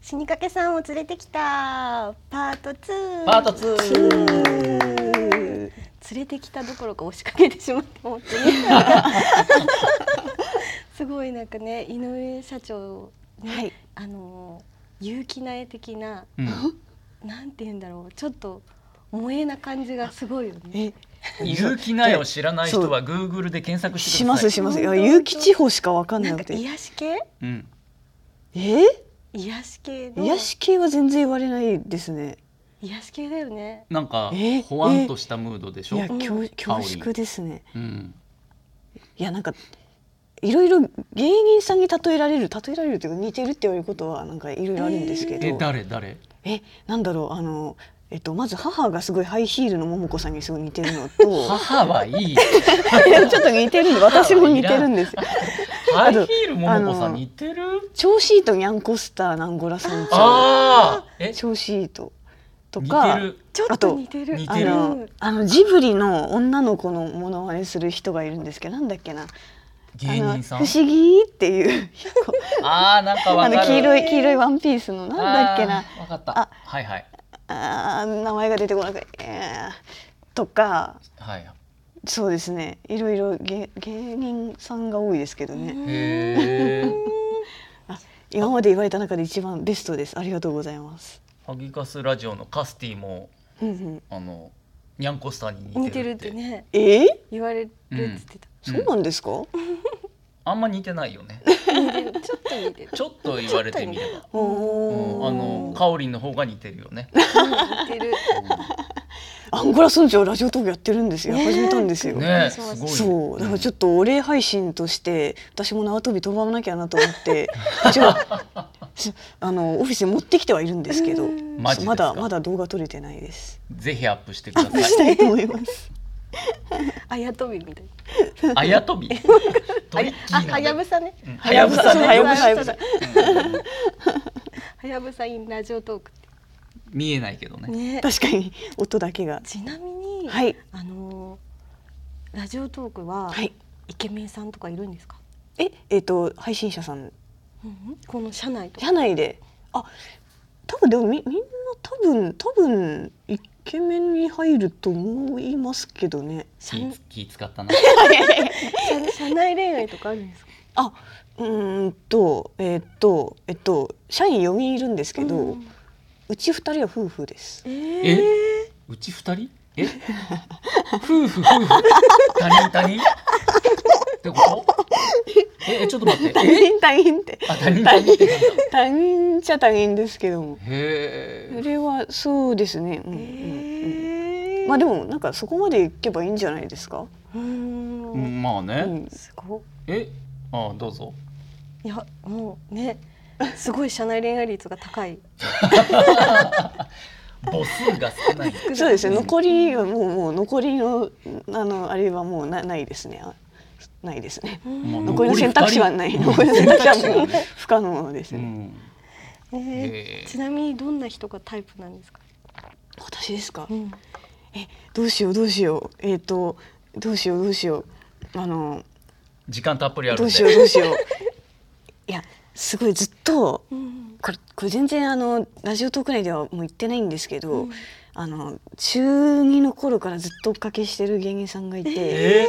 死にかけさんを連れてきたパート2パート2連れてきたどころか押しかけてしまって思って すごいなんかね井上社長ね、はいあのー有機苗的な うんなんて言うんだろうちょっと萌えな感じがすごいよね。え有機苗を知らない人は Google で検索してしくだまさいすしますいや本当有機地方しかわかんななんくかて癒し系うん、え癒し系の癒し系は全然言われないですね癒し系だよね。なんかえほわんとしたムードでしいょ、や恐香り恐縮ですねうん、いやなんかいろいろ芸人さんに例えられる例えられるというか似てるって言われることはなんかいろいろあるんですけど、え誰誰えなんだろうあのえっとまず母がすごいハイヒールの桃子さんにすごい似てるのと母はいいいやちょっと似てるんで私も似てる んですよハイヒールももこあさんの似てる調子いいとニャンコスターナンゴラ村長ああえ調子いいとと似かてるちょっあとと似てる。似あてるのあのジブリの女の子のモノマネする人がいるんですけどなんだっけな芸人さあんの不思議っていうああなんかわあかるの黄色い黄色いワンピースのなんだっけなあーわかったあはいはいあー名前が出てこなくて、えーとかはいそうですねいろいろ芸芸人さんが多いですけどね、へえ今まで言われた中で一番ベストですありがとうございます、ハギカスラジオのカスティもうんうん、あのニャンコスターに似似ててるるっっててねえー、言われるっつってた。そうなんですか、あんま似てないよね似てるちょっと似てる。ちょっと言われてみれば、うんおーあのカオリンの方が似てるよね、似てる。アンゴラ村長ラジオトークやってるんですよねえ始めたんですよ、ねえそうすごいねそうだからちょっとお礼配信として私も縄跳び飛ばなきゃなと思って 一応しあのオフィスに持ってきてはいるんですけどうんマジですかまだまだ動画撮れてないですぜひアップしてくださいしたいと思いますあやとびみたいあやとびトリッキな。あーなはやぶさね。うんはやぶさそうねはやぶさはやぶそうさだはやぶさインラジオトークっ 見えないけどてねね。確かに音だけがちなみに、はいあのーラジオトークは、はいイケメンさんとかいるんですか？ええっ、と配信者さんうんうん、この社内とか。社内であ多分でもみみんな多分多分イケメンに入ると思いますけどね社気気使ったな社社内恋愛とかあるんですか？あうーんとえっとえっと社員4人いるんですけど、ううんち2人は夫婦です ええーうち二人え夫婦夫婦他人他人ってことええちょっと待って他え人他人ってあ他人他人ってなんだ他人じゃ他人ですけどもそへえれはそうですねうんうんうん、えーまあでもなんかそこまでいけばいいんじゃないですか、うーんうんまあね、うん、すごっえあどうぞいやもうねすごい社内恋愛率が高い。母数が少ないそうですね残りはもうもう残りのあのあれはもうなないですねあないですねもう残りの選択肢はない残残りり二の人選択肢はうんもう不可能ですうね、んえーへーちなみにどんな人がタイプなんですか？私ですかうん、えどうしようどうしようえっ、とどうしようどうしようあの時間たっぷりあるんでどうしようどうしよういやすごいずっとうん、これこれ全然あのラジオトーク内ではもう言ってないんですけど、うんあの中二の頃からずっと追っかけしてる芸人さんがいて、え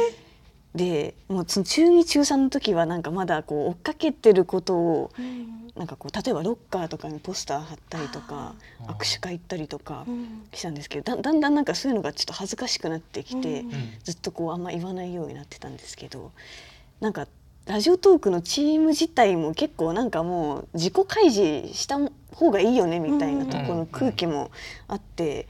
でもうその中二中三の時はなんかまだこう追っかけてることをうんなんかこう例えばロッカーとかにポスター貼ったりとかあー握手会行ったりとかうんしたんですけどだだんだんなんかそういうのがちょっと恥ずかしくなってきて。うんーうんずっとこうあんま言わないようになってたんですけどなんかラジオトークのチーム自体も結構なんかもう自己開示した方がいいよねみたいなところの空気もあって、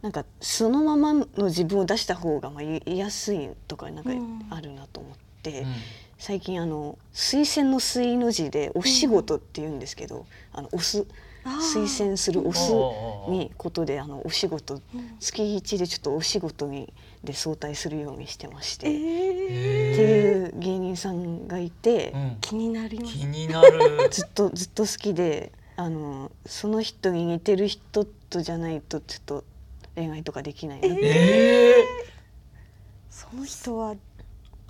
なんかそのままの自分を出した方がまあ言いやすいとかなんかうんあるなと思って、うん最近あの推薦の推の字でお仕事って言うんですけど、あの押すあー推薦する押すおーにことであのお仕事うん月一でちょっとお仕事にで早退するようにしてまして、えっー、ていう芸人さんがいて、うん気になります。気になるずっとずっと好きであのその人に似てる人とじゃないとちょっと恋愛とかできないなって、 えその人は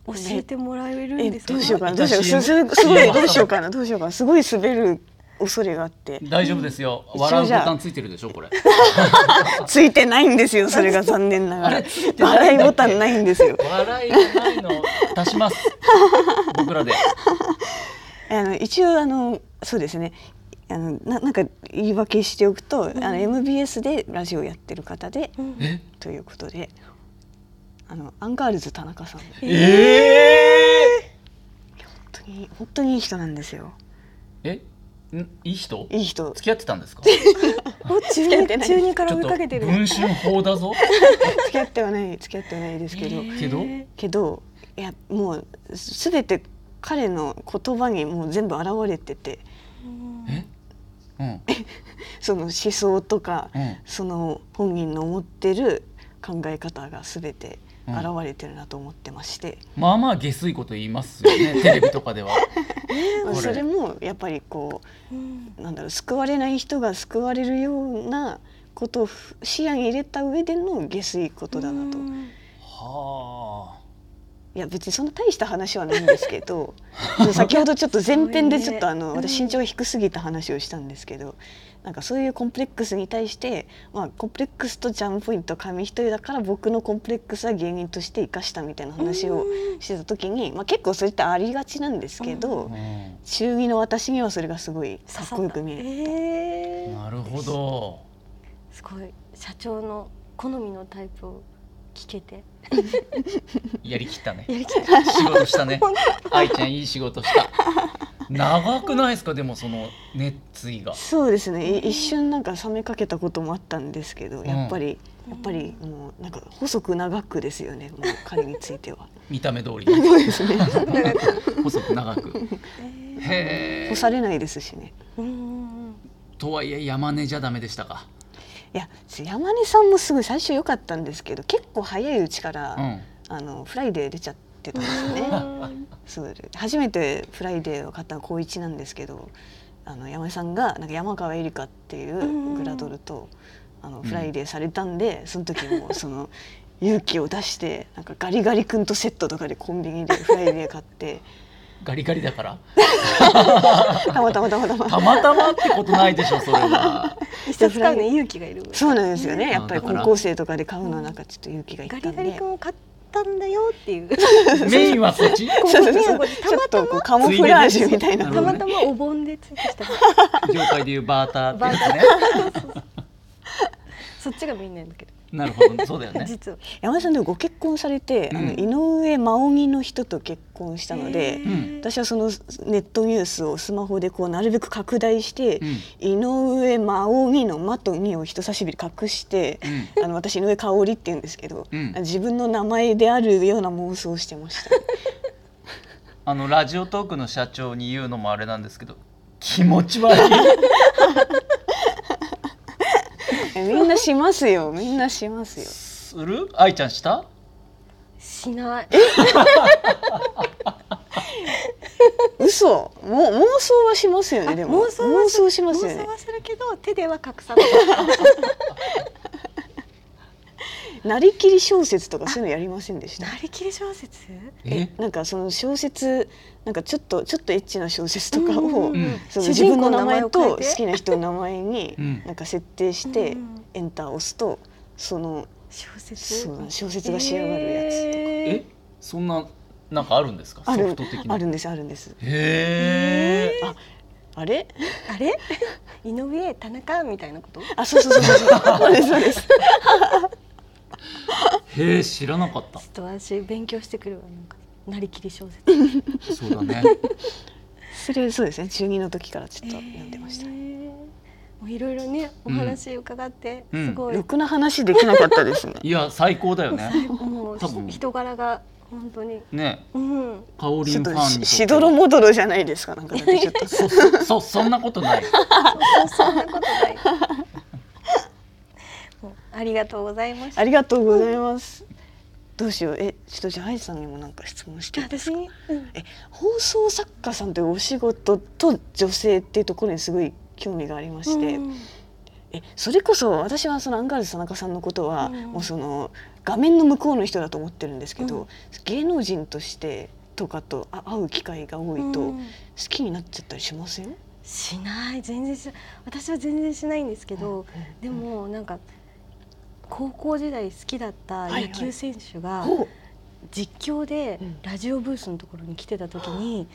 教えてもらえるんえですか。どうしようかなどうしよ う私すすすごい今どうしようかなどうしようかなすごい滑る恐れがあって大丈夫ですよ。一応笑うボじゃあタンついてるでしょこれ。ついてないんですよそれが残念なが あられついてない笑んいだっけボタンないんですよ笑いがないの出し ます。僕らで。あの一応あのそうですねあのななんか言い訳しておくと、あの MBS でラジオやってる方で、え？ということであのアンガールズ田中さん本え当に本当にいい人なんですよえ？え？んいい人？いい人付き合ってたんですか？もう中付き合って二ない中二からちょ追っいとかけてる。文春法だ ぞ。付き合ってはない 付き合ってはないですけど、けどえけどいやもうすべて彼の言葉にもう全部表れててえ？うんその思想とか、うんその本人の思ってる考え方がすべて現れてるなと思ってまして、まあまあ下水こと言いますよ ね。テレビとかでは。まあこれそれもやっぱりこうんうなんだろう救われない人が救われるようなことをふ視野に入れた上での下水ことだなと。うんはあ。いや別にそんな大した話はないんですけどでも先ほどちょっと前編でちょっとあのそういうね私身長が低すぎた話をしたんですけどなんかそういうコンプレックスに対して、まあ、コンプレックスとジャンポイント紙一重だから僕のコンプレックスは芸人として生かしたみたいな話をしてた時に、まあ、結構それってありがちなんですけど、うん中二の私にはそれがすごい刺かっさこよく見える。えーなるほど。すごい社長の好みのタイプを聞けてやりきったね。やりきった。仕事したね。愛ちゃんいい仕事した。長くないですかでもその熱意が。そうですね、い一瞬なんか冷めかけたこともあったんですけど、んやっぱり、やっぱりもうなんか細く長くですよね、もう彼について は。見た目通りそうですね、細く長く。へえ干。されないですしね。うんとはいえ山根じゃダメでしたか。いや、山根さんもすごい最初良かったんですけど、結構早いうちから、うん。あのフライデー出ちゃってたんですようね。んそう、初めてフライデーを買ったのは高一なんですけど。あの山根さんがなんか山川エリカっていうグラドルと、あのフライデーされたんで、その 時もその勇気を出してなんかガリガリ君とセットとかでコンビニでフライデー買って ガリガリだから。たまたまたまたまたまたまってことないでしょそれは。一冊買うのに勇気がいる。そうなんですよね。んやっぱりだか高ら校生とかで買うのはなんかちょっと勇気がいっガたリんガリで。君を買ったんだよっていう。メインはこっち。 そうそうこそうこにちょっとこうカモフラージュみたいなつたいでまにたまお盆でついてきた。業界でいうバーターってやつね。そっちがメインなんだけなるほどそうだよど、ね。 実は。山田さんでもご結婚されて、うんあの井上真央美の人と結婚したので、へー私はそのネットニュースをスマホでこうなるべく拡大して、うん井上真央美の「真」と「美」を人差し指で隠して、あの私井上香織って言うんですけど、うん自分の名前であるような妄想をしてました。あのラジオトークの社長に言うのもあれなんですけど気持ち悪い。えみんなしますよみんなしますよ。する？愛ちゃんした？しない。嘘も妄想はしますよねでも妄想は妄想しますよ妄ね想はするけど手では隠さない。なりきり小説とかそういうのやりませんでしたなりきり小説？え？なんかその小説なんかちょっとちょっとエッチな小説とかを、うんその主自人分公のの名名前前をと変え好てきな人の名前にうんなんか設定しうてんエンターを押すとその小説。そうな小説が仕上がるやつとかええ？そんななんかあるんですか？あソフるト的な。あるんですあるんですへえ。あれあれ？井上田中みたいなこと？あそうそうそうそうそうですそうですへえ知らなかっちょたっと私勉強してくるわなんかなりきり小説。そうだ ねそれそうですね中二の時からちょっと読んでましたへーもういろいろねお話伺って、うんすごい、ろくな話できなかったですねいや最高だよねもう多分人柄が本当にねうんカオリちょンっファンとにとってししどろもどろじゃないですかなんかだってちょ っとそそそそんなことないそうそんなこと ないもうありがとうございましたありがとうございますどうしようえちょっとじゃあ愛さんにもなんか質問していいですか私に、うんえ放送作家さんというお仕事と女性っていうところにすごい興味がありまして、うんえそれこそ私はそのアンガールズ田中さんのことは、うんもうその画面の向こうの人だと思ってるんですけど、うん芸能人としてとかとあ会う機会が多いと好うんきになっちゃったりしません、しない全然しない私は全然しないんですけど、でもなんか高校時代好きだった野球選手がほう実況でうんラジオブースのところに来てた時に、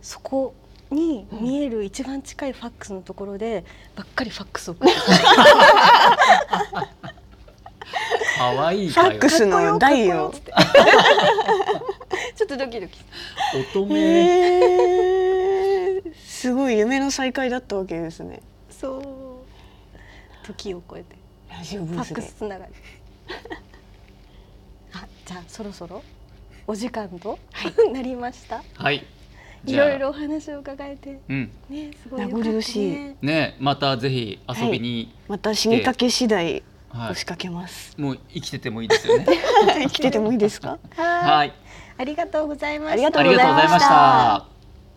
そこに見える一番近いファックスのところでばっかりファックスを送ってた可愛いファ会ック話スの台を ちょっとドキドキして乙へ女えすごい夢の再会だったわけですねそう時を超えてラジオブファッースクでスつながり あじゃあそろそろお時間と、 なりましたはいいじゃあろいろお話を伺えてうんねすごい良かった名残惜しいねねまたぜひ遊びに、また死にかけ次第はい押しかけます、もう生きててもいいですよね 生きててもいいですかははいいありがとうございましたありがとありがとうございました